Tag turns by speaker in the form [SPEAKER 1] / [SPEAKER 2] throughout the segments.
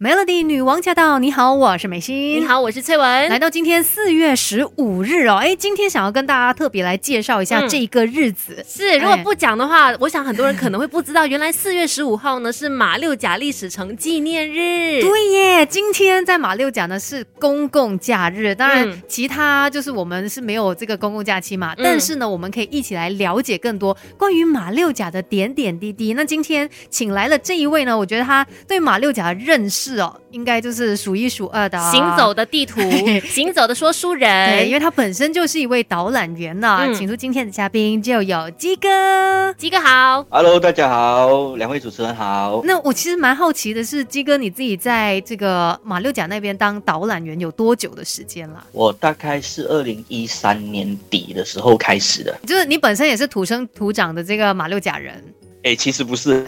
[SPEAKER 1] Melody 女王驾到！你好，我是美心。
[SPEAKER 2] 你，好，嗯我是翠文。
[SPEAKER 1] 来到今天四月十五日哦，哎，今天想要跟大家特别来介绍一下
[SPEAKER 2] 嗯
[SPEAKER 1] 这个日子。
[SPEAKER 2] 是，如果不讲的话，我想很多人可能会不知道，原来四月十五号呢是马六甲历史城纪念日。
[SPEAKER 1] 对耶，今天在马六甲呢是公共假日，当然
[SPEAKER 2] 嗯
[SPEAKER 1] 其他就是我们是没有这个公共假期嘛，
[SPEAKER 2] 嗯
[SPEAKER 1] 但是呢，我们可以一起来了解更多关于马六甲的点点滴滴。那今天请来了这一位呢，我觉得他对马六甲的认识哦，应该就是数一数二的啊、
[SPEAKER 2] 行走 的地图，行走的说书
[SPEAKER 1] 对，哎因
[SPEAKER 2] 人。
[SPEAKER 1] 为他本身就是一位导览员呢、
[SPEAKER 2] 嗯
[SPEAKER 1] 请出今天的嘉宾就有鸡哥。
[SPEAKER 2] 鸡哥好，
[SPEAKER 3] Hello，大家好，两位主持人好。
[SPEAKER 1] 那我其实蛮好奇的是，鸡哥你自己在这个马六甲那边当导览员有多久的时间了？
[SPEAKER 3] 我大概是二零一三年底的时候开始的。
[SPEAKER 1] 就是你本身也是土生土长的这个马六甲人，
[SPEAKER 3] 诶，其实不是，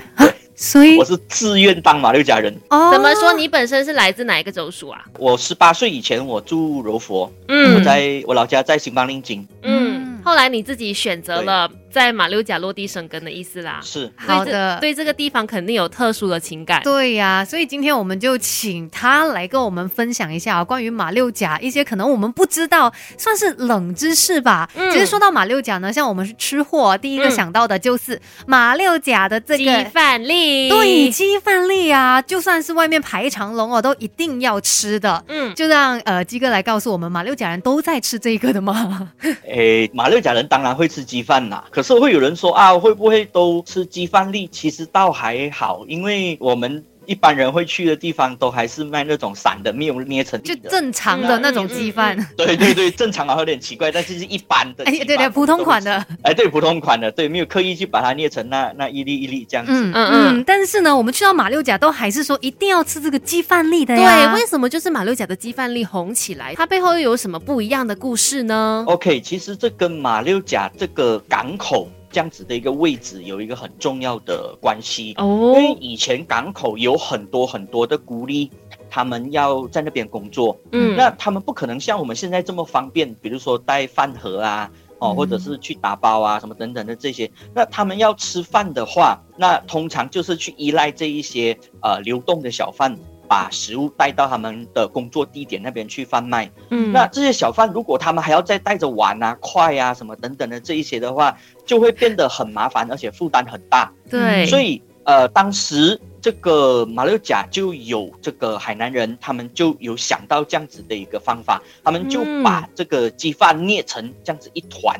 [SPEAKER 1] 所以
[SPEAKER 3] 我是自愿当马六甲人。
[SPEAKER 1] 哦
[SPEAKER 2] 怎么说？你本身是来自哪一个州属啊？
[SPEAKER 3] 我十八岁以前，我住柔佛，
[SPEAKER 2] 嗯
[SPEAKER 3] 我在我老家在新邦令金。
[SPEAKER 2] 嗯
[SPEAKER 1] 嗯，
[SPEAKER 2] 后来你自己选择了在马六甲落地生根的意思啦。
[SPEAKER 3] 是，
[SPEAKER 2] 对这
[SPEAKER 1] 好的
[SPEAKER 2] 对这个地方肯定有特殊的情感。
[SPEAKER 1] 对呀、所以今天我们就请他来跟我们分享一下、啊关于马六甲一些可能我们不知道，算是冷知识吧。
[SPEAKER 2] 嗯
[SPEAKER 1] 其实说到马六甲呢，像我们是吃货，第一个
[SPEAKER 2] 嗯
[SPEAKER 1] 想到的就是马六甲的这
[SPEAKER 2] 鸡
[SPEAKER 1] 个
[SPEAKER 2] 饭粒，
[SPEAKER 1] 对，鸡饭粒啊，就算是外面排长龙哦，都一定要吃的。
[SPEAKER 2] 嗯，
[SPEAKER 1] 就让呃鸡哥来告诉我们，马六甲人都在吃这个的
[SPEAKER 2] 嗯
[SPEAKER 1] 吗？
[SPEAKER 3] 诶，马六甲人当然会吃鸡饭啦。可是会有人说啊，会不会都吃鸡饭粒？其实倒还好，因为我们一般人会去的地方都还是卖那种散的，没有捏成
[SPEAKER 1] 就
[SPEAKER 3] 粒的。
[SPEAKER 1] 正常的
[SPEAKER 2] 嗯
[SPEAKER 1] 那种鸡饭，
[SPEAKER 3] 对对对，正常啊，有点奇怪，但是是一般的
[SPEAKER 1] 哎
[SPEAKER 3] 鸡饭。
[SPEAKER 1] 对对，普通款的，
[SPEAKER 3] 哎，对，普通款的，对，没有刻意去把它捏成那那一粒一粒这样子。
[SPEAKER 1] 嗯
[SPEAKER 2] 嗯嗯
[SPEAKER 1] 嗯。但是呢，我们去到马六甲都还是说一定要吃这个鸡饭粒的
[SPEAKER 2] 对，
[SPEAKER 1] 呀。
[SPEAKER 2] 为什么就是马六甲的鸡饭粒红起来？它背后又有什么不一样的故事呢？
[SPEAKER 3] OK，其实这跟马六甲这个港口这样子的一个位置有一个很重要的关系，因
[SPEAKER 2] 哦
[SPEAKER 3] 为以前港口有很多很多的孤立。他们要在那边工作，
[SPEAKER 2] 嗯
[SPEAKER 3] 那他们不可能像我们现在这么方便，比如说带饭盒啊，哦，
[SPEAKER 1] 嗯
[SPEAKER 3] 或者是去打包啊，什么等等的这些。那他们要吃饭的话，那通常就是去依赖这一些呃流动的小贩，把食物带到他们的工作地点那边去贩卖。
[SPEAKER 2] 嗯
[SPEAKER 3] 那这些小贩如果他们还要再带着碗啊、筷啊什么等等的这一些的话，就会变得很麻烦，而且负担很大。
[SPEAKER 2] 对，
[SPEAKER 3] 所以呃，当时这个马六甲就有这个海南人，他们就有想到这样子的一个方法，他们就
[SPEAKER 2] 嗯
[SPEAKER 3] 把这个鸡饭捏成这样子一团、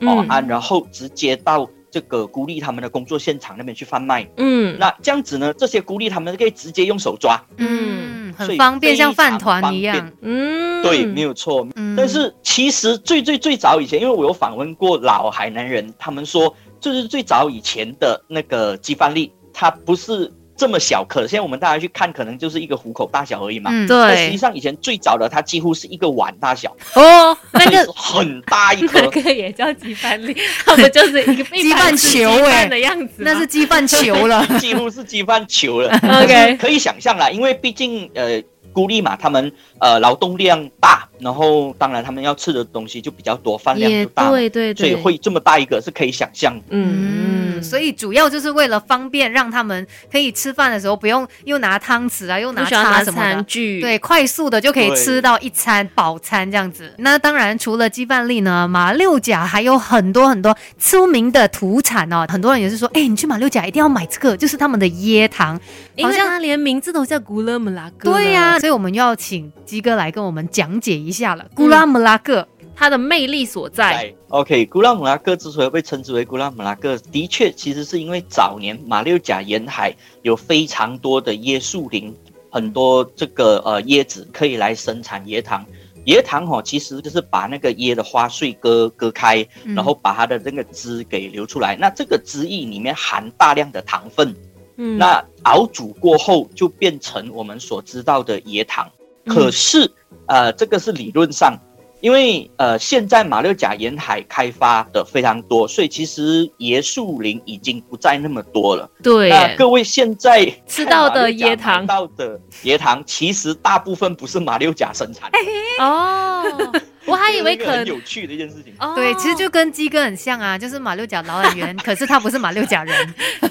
[SPEAKER 3] 哦
[SPEAKER 2] 嗯
[SPEAKER 3] 啊，然后直接到。这个孤立他们的工作现场那边去贩卖，
[SPEAKER 2] 嗯
[SPEAKER 3] 那这样子呢？这些孤立他们可以直接用手抓，
[SPEAKER 1] 嗯，
[SPEAKER 3] 所
[SPEAKER 1] 很
[SPEAKER 3] 以
[SPEAKER 1] 方便，
[SPEAKER 3] 非
[SPEAKER 1] 像
[SPEAKER 3] 常
[SPEAKER 1] 饭团一
[SPEAKER 3] 方
[SPEAKER 1] 样。
[SPEAKER 2] 嗯
[SPEAKER 3] 对，没有错，
[SPEAKER 1] 嗯，
[SPEAKER 3] 但是其实最最最早以前，因为我有访问过老海南人，他们说就是最早以前的那个鸡饭粒，它不是这么小颗。现在我们大家去看，可能就是一个虎口大小而已嘛。
[SPEAKER 1] 嗯，
[SPEAKER 3] 但实际
[SPEAKER 2] 对
[SPEAKER 3] 上以前最早的它几乎是一个碗大小，
[SPEAKER 2] 哦，那
[SPEAKER 3] 就
[SPEAKER 2] 个
[SPEAKER 3] 是很大一颗
[SPEAKER 2] 那。个也叫鸡饭粒， 它不就是一个
[SPEAKER 1] 鸡饭球
[SPEAKER 2] 一盘吃鸡
[SPEAKER 1] 欸
[SPEAKER 2] 饭哎的样子吗？
[SPEAKER 1] 那是鸡饭球 了。
[SPEAKER 3] 几乎是鸡饭球 了。
[SPEAKER 2] OK
[SPEAKER 3] 可是可以想象啦，因为毕竟呃孤立嘛，他们呃劳动量大，然后当然他们要吃的东西就比较多，饭量
[SPEAKER 2] 也
[SPEAKER 3] 就大嘛，
[SPEAKER 2] 对对
[SPEAKER 3] 所
[SPEAKER 2] 对，
[SPEAKER 3] 以会这么大一个是可以想象的。
[SPEAKER 1] 嗯，所
[SPEAKER 2] 以
[SPEAKER 1] 以主要就是为了方便，让他们可以吃饭的时候不用又拿汤匙啊，又拿
[SPEAKER 2] 不需要拿
[SPEAKER 1] 叉什么的
[SPEAKER 2] 餐，具，
[SPEAKER 1] 对，快速的就可以吃到一餐饱餐这样子。那当然，除了鸡饭粒呢，马六甲还有很多很多出名的土产哦。很多人也是说，哎，你去马六甲一定要买这个，就是他们的椰糖。
[SPEAKER 2] 因为
[SPEAKER 1] 好像
[SPEAKER 2] 它连名字都叫古勒姆拉哥，
[SPEAKER 1] 对呀、，所以我们要请鸡哥来跟我们讲解一下了。古拉姆拉克，
[SPEAKER 2] 它的魅力所在，
[SPEAKER 3] 对 OK，古拉姆拉克之所以被称之为古拉姆拉克，的确其实是因为早年马六甲沿海有非常多的椰树林，很多这个呃椰子可以来生产椰糖。椰糖哦，其实就是把那个椰的花穗割割开，
[SPEAKER 1] 嗯
[SPEAKER 3] 然后把它的那个汁给流出来。那这个汁液里面含大量的糖分，
[SPEAKER 2] 嗯
[SPEAKER 3] 那熬煮过后就变成我们所知道的椰糖。
[SPEAKER 2] 嗯
[SPEAKER 3] 可是，呃，这个是理论上，因为呃，现在马六甲沿海开发的非常多，所以其实椰树林已经不再那么多了。
[SPEAKER 2] 对
[SPEAKER 3] 那
[SPEAKER 2] 耶，
[SPEAKER 3] 各位现在
[SPEAKER 2] 吃到的椰
[SPEAKER 3] 在马六甲
[SPEAKER 2] 糖
[SPEAKER 3] 买到的椰糖，其实大部分不是马六甲生产的，
[SPEAKER 2] 哦，我哎还以为
[SPEAKER 3] 这是一个
[SPEAKER 2] 可
[SPEAKER 3] 很有趣的一件事情。
[SPEAKER 2] 哦
[SPEAKER 1] 对，其实就跟鸡哥很像啊，就是马六甲老演 员，可是他不是马六甲人。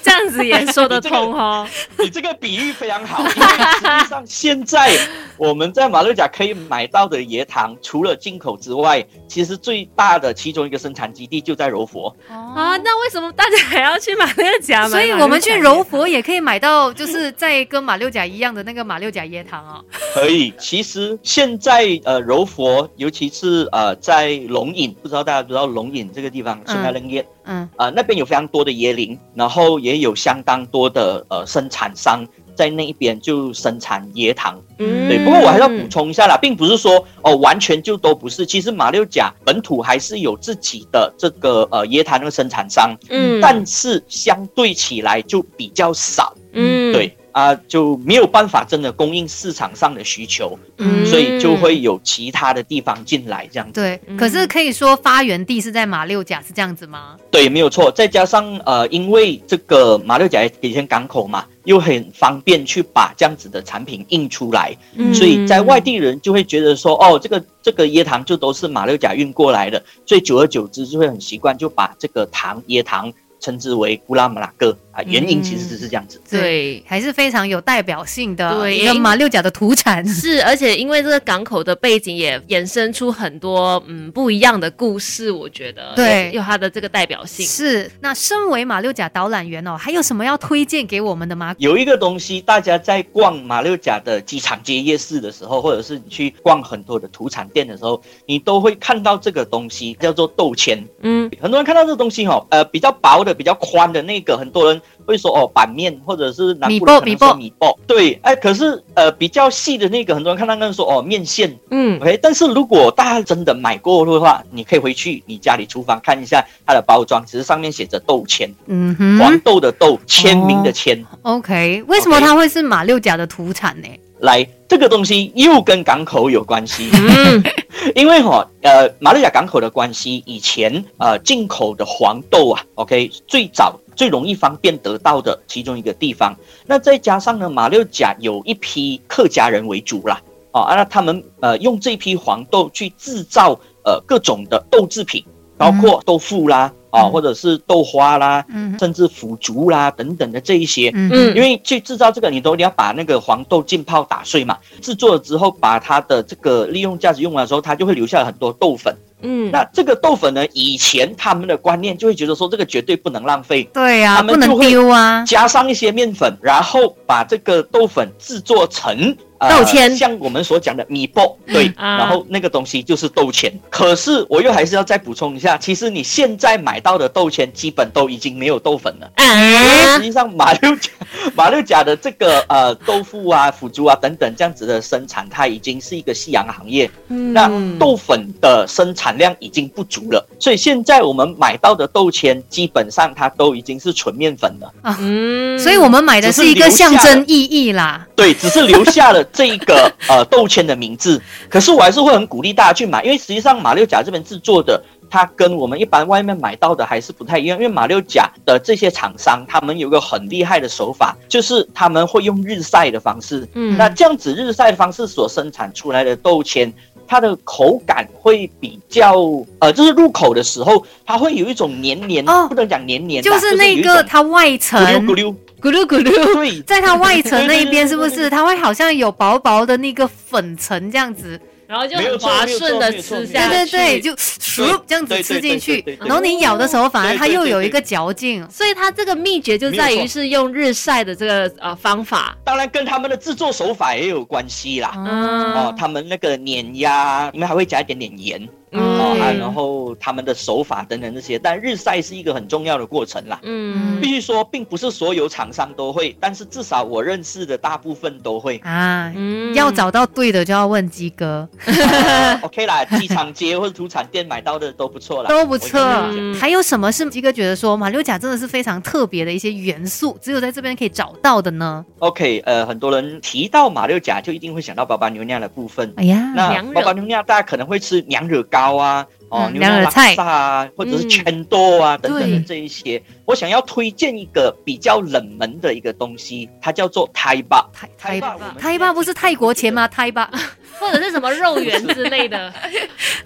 [SPEAKER 2] 这样子也说得通 哦。
[SPEAKER 3] 你这个比喻非常好，因为实际上现在我们在马六甲可以买到的椰糖，除了进口之外，其实最大的其中一个生产基地就在柔佛。
[SPEAKER 1] 哦
[SPEAKER 2] 啊，那为什么大家还要去啊马六甲买？
[SPEAKER 1] 所以我们去柔佛也可以买到，就是在跟马六甲一样的那个马六甲椰糖哦。
[SPEAKER 3] 可以，其实现在呃柔佛，尤其是呃在龙隐，不知道大家知道龙隐这个地方，
[SPEAKER 1] 嗯
[SPEAKER 3] 圣埃楞耶
[SPEAKER 1] 嗯，
[SPEAKER 3] 啊，那边有非常多的椰林，然后也有相当多的呃生产商在那一边就生产椰糖。
[SPEAKER 1] 嗯
[SPEAKER 3] 对，不过我还是要补充一下啦，并不是说哦完全就都不是，其实马六甲本土还是有自己的这个呃椰糖的生产商，
[SPEAKER 2] 嗯
[SPEAKER 3] 但是相对起来就比较少，
[SPEAKER 2] 嗯，
[SPEAKER 3] 对啊、就没有办法真的供应市场上的需求，
[SPEAKER 1] 嗯
[SPEAKER 3] 所以就会有其他的地方进来这样子。
[SPEAKER 1] 对
[SPEAKER 2] 嗯。
[SPEAKER 1] 可是可以说发源地是在马六甲，是这样子吗？
[SPEAKER 3] 对，没有错。再加上呃，因为这个马六甲以前港口嘛，又很方便去把这样子的产品印出来，
[SPEAKER 2] 嗯
[SPEAKER 3] 所以在外地人就会觉得说，哦，这个这个椰糖就都是马六甲运过来的，所以久而久之就会很习惯，就把这个糖椰糖称之为古拉马拉哥啊。原因其实是这样子。
[SPEAKER 2] 对。
[SPEAKER 1] 还是非常有代表性的
[SPEAKER 2] 对
[SPEAKER 1] 一个马六甲的土产。
[SPEAKER 2] 是，而且因为这个港口的背景，也衍生出很多嗯不一样的故事，我觉得
[SPEAKER 1] 对
[SPEAKER 2] 有它的这个代表性。
[SPEAKER 1] 是，那身为马六甲导览员哦，还有什么要推荐给我们的吗？
[SPEAKER 3] 有一个东西，大家在逛马六甲的机场街夜市的时候，或者是你去逛很多的土产店的时候，你都会看到这个东西，叫做豆签。
[SPEAKER 2] 嗯
[SPEAKER 3] 很多人看到这个东西哈、哦，呃，比较薄的、比较宽的那个，很多人会说哦，板面或者是南部人可能
[SPEAKER 1] 米
[SPEAKER 3] 说
[SPEAKER 1] 包
[SPEAKER 3] 米包，对，哎，可是呃，比较细的那个，很多人看到那个说哦，面线
[SPEAKER 2] 嗯，
[SPEAKER 3] ，OK。但是如果大家真的买过的话，你可以回去你家里厨房看一下它的包装，只是上面写着豆签，
[SPEAKER 1] 嗯哼
[SPEAKER 3] 黄豆的豆，签名的签。
[SPEAKER 1] OK，为什么
[SPEAKER 3] OK
[SPEAKER 1] 它会是马六甲的土产呢？
[SPEAKER 3] 来，这个东西又跟港口有关系，
[SPEAKER 2] 嗯
[SPEAKER 3] 因为哈、呃，马六甲港口的关系，以前呃进口的黄豆啊，OK，最早最容易方便得到的其中一个地方。那再加上呢，马六甲有一批客家人为主啦，哦，啊那他们呃用这批黄豆去制造呃各种的豆制品，包括豆腐啦，啊、
[SPEAKER 1] 嗯
[SPEAKER 3] 或者是豆花啦，
[SPEAKER 1] 嗯
[SPEAKER 3] 甚至腐竹啦等等的这一些。
[SPEAKER 1] 嗯
[SPEAKER 2] 嗯
[SPEAKER 3] 因为去制造这个，你都你要把那个黄豆浸泡打碎嘛，制作了之后，把它的这个利用价值用完的时候，它就会留下很多豆粉。
[SPEAKER 2] 嗯，
[SPEAKER 3] 那这个豆粉呢，以前他们的观念就会觉得说，这个绝对不能浪费，
[SPEAKER 1] 对呀、
[SPEAKER 3] 他们
[SPEAKER 1] 不能
[SPEAKER 3] 就会
[SPEAKER 1] 丢啊。
[SPEAKER 3] 加上一些面粉，然后把这个豆粉制作成。呃
[SPEAKER 2] 豆签
[SPEAKER 3] 像我们所讲的米包，对，
[SPEAKER 2] 啊
[SPEAKER 3] 然后那个东西就是豆签。可是我又还是要再补充一下，其实你现在买到的豆签基本都已经没有豆粉了。实
[SPEAKER 2] 啊，
[SPEAKER 3] 际上马六甲马六甲的这个呃豆腐啊、腐竹啊等等这样子的生产，它已经是一个夕阳行业。那
[SPEAKER 2] 嗯
[SPEAKER 3] 豆粉的生产量已经不足了，所以现在我们买到的豆签，基本上它都已经是纯面粉了。
[SPEAKER 2] 嗯
[SPEAKER 1] 所以我们买的是一个
[SPEAKER 3] 只是留
[SPEAKER 1] 象
[SPEAKER 3] 下
[SPEAKER 1] 征意义啦。
[SPEAKER 3] 对，只是留下了这一个 呃豆签的名字。可是我还是会很鼓励大家去买，因为实际上马六甲这边制作的，它跟我们一般外面买到的还是不太一样。因为马六甲的这些厂商，他们有一个很厉害的手法，就是他们会用日晒的方式。
[SPEAKER 2] 嗯
[SPEAKER 3] 那这样子日晒方式所生产出来的豆签。它的口感会比较，呃，就是入口的时候，它会有一种黏黏，
[SPEAKER 1] 哦
[SPEAKER 3] 不能讲黏黏的，
[SPEAKER 1] 就是那
[SPEAKER 3] 有一
[SPEAKER 1] 个
[SPEAKER 3] 种
[SPEAKER 1] 它外层
[SPEAKER 3] 咕溜
[SPEAKER 1] 咕噜咕
[SPEAKER 3] 咕溜，
[SPEAKER 1] 噜，
[SPEAKER 3] 对，
[SPEAKER 1] 在它外层那一边是不
[SPEAKER 3] 对对对对
[SPEAKER 1] 是它会好像有薄薄的那个粉层这样子？
[SPEAKER 2] 然后就
[SPEAKER 3] 没
[SPEAKER 2] 很
[SPEAKER 3] 有错
[SPEAKER 2] 滑
[SPEAKER 3] 没有错
[SPEAKER 2] 顺的
[SPEAKER 3] 没有错
[SPEAKER 2] 吃
[SPEAKER 3] 没
[SPEAKER 1] 对
[SPEAKER 2] 下
[SPEAKER 3] 有错
[SPEAKER 2] 去，
[SPEAKER 1] 对对，就唰这样子
[SPEAKER 3] 对对
[SPEAKER 1] 吃进
[SPEAKER 3] 对对对
[SPEAKER 1] 去
[SPEAKER 3] 对，对
[SPEAKER 1] 然后你咬的时候，反而它
[SPEAKER 3] 对对
[SPEAKER 1] 又
[SPEAKER 3] 对
[SPEAKER 1] 有一
[SPEAKER 3] 对
[SPEAKER 1] 个嚼劲。
[SPEAKER 2] 所以它这个秘诀就在于是用日晒的这个呃方法，
[SPEAKER 3] 当然跟他们的制作手法也有关系啦。哦
[SPEAKER 2] 嗯，
[SPEAKER 3] 他们那个碾压，因为还会加一点点盐哦、
[SPEAKER 1] 嗯。
[SPEAKER 3] 啊，然后他们的手法等等这些，但日晒是一个很重要的过程啦。
[SPEAKER 2] 嗯
[SPEAKER 3] 必须说，并不是所有厂商都会，但是至少我认识的大部分 都会
[SPEAKER 1] 啊，
[SPEAKER 2] 嗯
[SPEAKER 1] 要找到对的就要问鸡哥。
[SPEAKER 3] 呃 OK 啦，机场街或者土产店买到的都不错啦，
[SPEAKER 1] 都不错
[SPEAKER 3] 嗯我跟你讲
[SPEAKER 2] 嗯
[SPEAKER 1] 还有什么是鸡哥觉得说马六甲真的是非常特别的一些元素，只有在这边可以找到的呢？
[SPEAKER 3] OK，呃，很多人提到马六甲就一定会想到粑粑牛酿的部分。
[SPEAKER 1] 哎呀，
[SPEAKER 3] 那
[SPEAKER 2] 娘惹
[SPEAKER 3] 包括牛酿，大家可能会吃娘惹糕啊，哦，
[SPEAKER 1] 嗯
[SPEAKER 3] 牛酿
[SPEAKER 1] 娘惹
[SPEAKER 3] 拉
[SPEAKER 1] 菜
[SPEAKER 3] 萨啊，或者是
[SPEAKER 2] 嗯
[SPEAKER 3] 全豆啊、等等的
[SPEAKER 2] 对
[SPEAKER 3] 这一些。我想要推荐一个比较冷门的一个东西，它叫做胎巴。
[SPEAKER 1] 泰
[SPEAKER 3] 胎
[SPEAKER 1] 泰
[SPEAKER 3] 我们
[SPEAKER 1] 泰巴不是泰国钱吗？泰巴
[SPEAKER 2] 或者是什么肉圆之类的，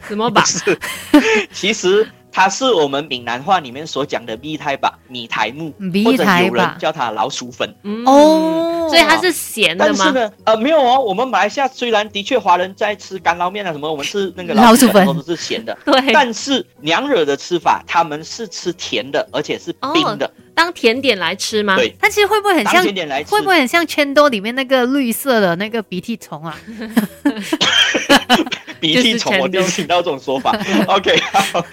[SPEAKER 2] 怎么把？
[SPEAKER 3] 是，其实它是我们闽南话里面所讲的米苔吧，米苔木，
[SPEAKER 1] 嗯米
[SPEAKER 3] 或者
[SPEAKER 1] 苔
[SPEAKER 3] 有
[SPEAKER 1] 吧
[SPEAKER 3] 人叫它老鼠粉。
[SPEAKER 2] 嗯，
[SPEAKER 1] 哦，
[SPEAKER 2] 所以它是咸的
[SPEAKER 3] 但是
[SPEAKER 2] 吗？
[SPEAKER 3] 呢，呃，没有哦，我们马来西亚虽然的确华人在吃干捞面啊什么，我们吃那个
[SPEAKER 1] 老鼠粉
[SPEAKER 3] 都是咸的，
[SPEAKER 2] 对，
[SPEAKER 3] 但是娘惹的吃法，他们是吃甜的，而且是冰的，
[SPEAKER 2] 当甜点来吃吗？
[SPEAKER 3] 对
[SPEAKER 1] 它其实会哦不会很
[SPEAKER 3] 当
[SPEAKER 1] 像？
[SPEAKER 3] 甜点来吃，
[SPEAKER 1] 会不会很像千兜里面那个绿色的那个鼻涕虫啊？
[SPEAKER 3] 鼻涕虫？我第一
[SPEAKER 2] 就是
[SPEAKER 3] 次听到这种 说法。OK，好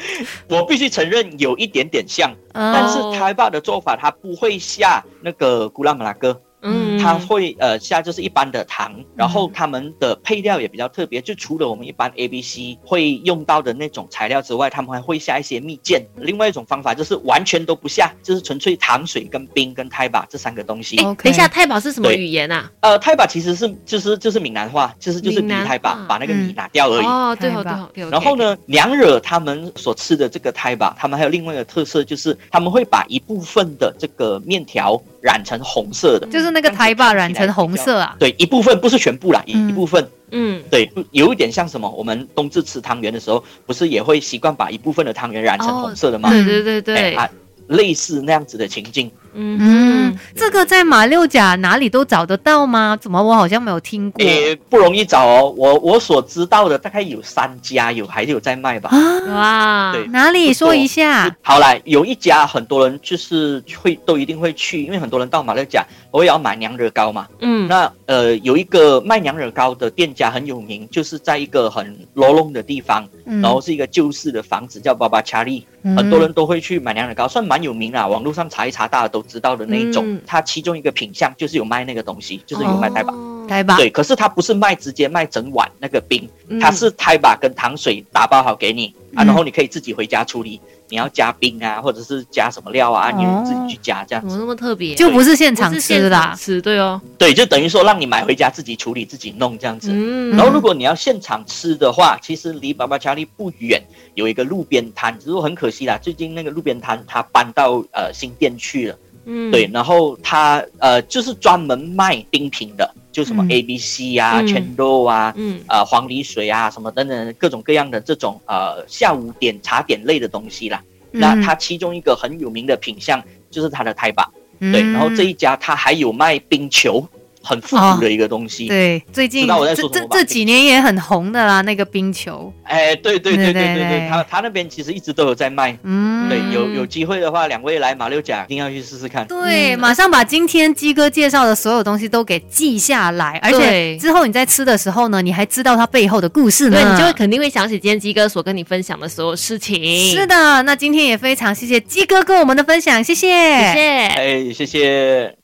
[SPEAKER 3] 我必须承认有一点点像，但
[SPEAKER 1] 嗯，
[SPEAKER 3] 是台霸的做法，它不会下那个古拉马拉哥，
[SPEAKER 2] 嗯，
[SPEAKER 3] 它会呃下就是一般的糖，
[SPEAKER 1] 嗯
[SPEAKER 3] 然后他们的配料也比较特别，就除了我们一般 A B C 会用到的那种材料之外，他们还会下一些蜜饯。另外一种方法就是完全都不下，就是纯粹糖水跟冰跟胎吧这三个东西。
[SPEAKER 2] 哎
[SPEAKER 1] OK
[SPEAKER 2] 等一下，太保是什么
[SPEAKER 3] 对
[SPEAKER 2] 语言啊？
[SPEAKER 3] 呃，胎吧其实是就是就是闽南话，就是就是米
[SPEAKER 2] 闽南
[SPEAKER 3] 胎吧
[SPEAKER 2] 话，
[SPEAKER 3] 把那个
[SPEAKER 1] 嗯
[SPEAKER 3] 米拿掉而已。
[SPEAKER 2] 哦，对
[SPEAKER 1] 太
[SPEAKER 2] 哦，
[SPEAKER 1] 保
[SPEAKER 2] 对哦，OK，OK，
[SPEAKER 3] 然后呢，娘惹他们所吃的这个胎吧，他们还有另外一个特色，就是他们会把一部分的这个面条染成红色的。
[SPEAKER 1] 就是那个苔把染成红色啊。
[SPEAKER 3] 对，一部分不是全部啦，一、
[SPEAKER 1] 嗯
[SPEAKER 3] 一部分，
[SPEAKER 2] 嗯，
[SPEAKER 3] 对，有一点像什么？我们冬至吃汤圆的时候，不是也会习惯把一部分的汤圆染成
[SPEAKER 2] 哦
[SPEAKER 3] 红色的吗？
[SPEAKER 2] 对对对对，
[SPEAKER 3] 啊，类似那样子的情境。
[SPEAKER 1] 嗯
[SPEAKER 2] 嗯，，
[SPEAKER 1] 这个在马六甲哪里都找得到吗？怎么我好像没有听过
[SPEAKER 3] 也呃不容易找哦，我我所知道的大概有三家有还有在卖吧。
[SPEAKER 2] 嗯
[SPEAKER 1] 啊？
[SPEAKER 2] 哇，
[SPEAKER 3] 对
[SPEAKER 1] 哪里说一
[SPEAKER 3] 就
[SPEAKER 2] 啊
[SPEAKER 1] 下？
[SPEAKER 3] 好啦，有一家很多人就是会都一定会去，因为很多人到马六甲，我也要买娘惹糕嘛。
[SPEAKER 2] 嗯，
[SPEAKER 3] 那呃，有一个卖娘惹糕的店家很有名，就是在一个很罗龙的地方，
[SPEAKER 1] 嗯
[SPEAKER 3] 然后是一个旧式的房子，叫巴巴查利，
[SPEAKER 2] 嗯
[SPEAKER 3] 很多人都会去买娘惹糕，算蛮有名啦。网络上查一查，大家都知道的那一种。
[SPEAKER 2] 嗯
[SPEAKER 3] 它其中一个品相就是有卖那个东西，就是有卖
[SPEAKER 1] 买
[SPEAKER 3] 呆吧。
[SPEAKER 2] 哦
[SPEAKER 1] 苔吧。
[SPEAKER 3] 对，可是它不是卖直接卖整碗那个冰，
[SPEAKER 2] 嗯
[SPEAKER 3] 它是胎把跟糖水打包好给你啊，
[SPEAKER 1] 嗯
[SPEAKER 3] 然后你可以自己回家处理，你要加冰啊，或者是加什么料啊，
[SPEAKER 1] 哦
[SPEAKER 3] 你就自己去加这样
[SPEAKER 2] 怎么
[SPEAKER 3] 子。
[SPEAKER 2] 那么特别？啊
[SPEAKER 1] 就不是现
[SPEAKER 2] 不
[SPEAKER 1] 场
[SPEAKER 2] 嗯哦是
[SPEAKER 1] 吃
[SPEAKER 2] 现
[SPEAKER 1] 的
[SPEAKER 2] 场
[SPEAKER 1] 啊，
[SPEAKER 2] 吃对哦，
[SPEAKER 3] 对，就等于说让你买回家自己处理、自己弄这样子。
[SPEAKER 2] 嗯
[SPEAKER 3] 然后，如果你要现场吃的话，其实离爸爸家里不远有一个路边摊，只是很可惜啦，最近那个路边摊它搬到呃新店去了。
[SPEAKER 2] 嗯
[SPEAKER 3] 对，，然后它呃就是专门卖冰品的，就什么
[SPEAKER 1] 嗯
[SPEAKER 3] A B C 啊、
[SPEAKER 2] 嗯
[SPEAKER 3] 全豆啊、
[SPEAKER 2] 嗯
[SPEAKER 3] 呃黄梨水啊什么等等各种各样的这种呃下午点茶点类的东西啦。那
[SPEAKER 1] 嗯
[SPEAKER 3] 它其中一个很有名的品相就是它的台吧，
[SPEAKER 1] 嗯
[SPEAKER 3] 对。然后这一家它还有卖冰球，很复古的一个东西。
[SPEAKER 1] 哦对最近
[SPEAKER 3] 知道我在
[SPEAKER 1] 这
[SPEAKER 3] 说什
[SPEAKER 1] 这
[SPEAKER 3] 么吧
[SPEAKER 1] 这几年也很红的啦，那个冰球，
[SPEAKER 3] 哎，对对对对
[SPEAKER 1] 对
[SPEAKER 3] 对
[SPEAKER 1] 对
[SPEAKER 3] 对，它它那边其实一直都有在卖。
[SPEAKER 1] 嗯，
[SPEAKER 3] 对，有
[SPEAKER 2] 嗯
[SPEAKER 3] 有机会的话，两位来马六甲一定要去试试看。
[SPEAKER 1] 对，
[SPEAKER 2] 嗯
[SPEAKER 1] 马上把今天鸡哥介绍的所有东西都给记下来，而且
[SPEAKER 2] 对
[SPEAKER 1] 之后你在吃的时候呢，你还知道它背后的故事呢，
[SPEAKER 2] 对你就会肯定会想起今天鸡哥所跟你分享的所有事情。
[SPEAKER 1] 是，的，那今天也非常谢谢鸡哥跟我们的分享，谢谢，
[SPEAKER 2] 谢谢。
[SPEAKER 3] 哎，谢谢。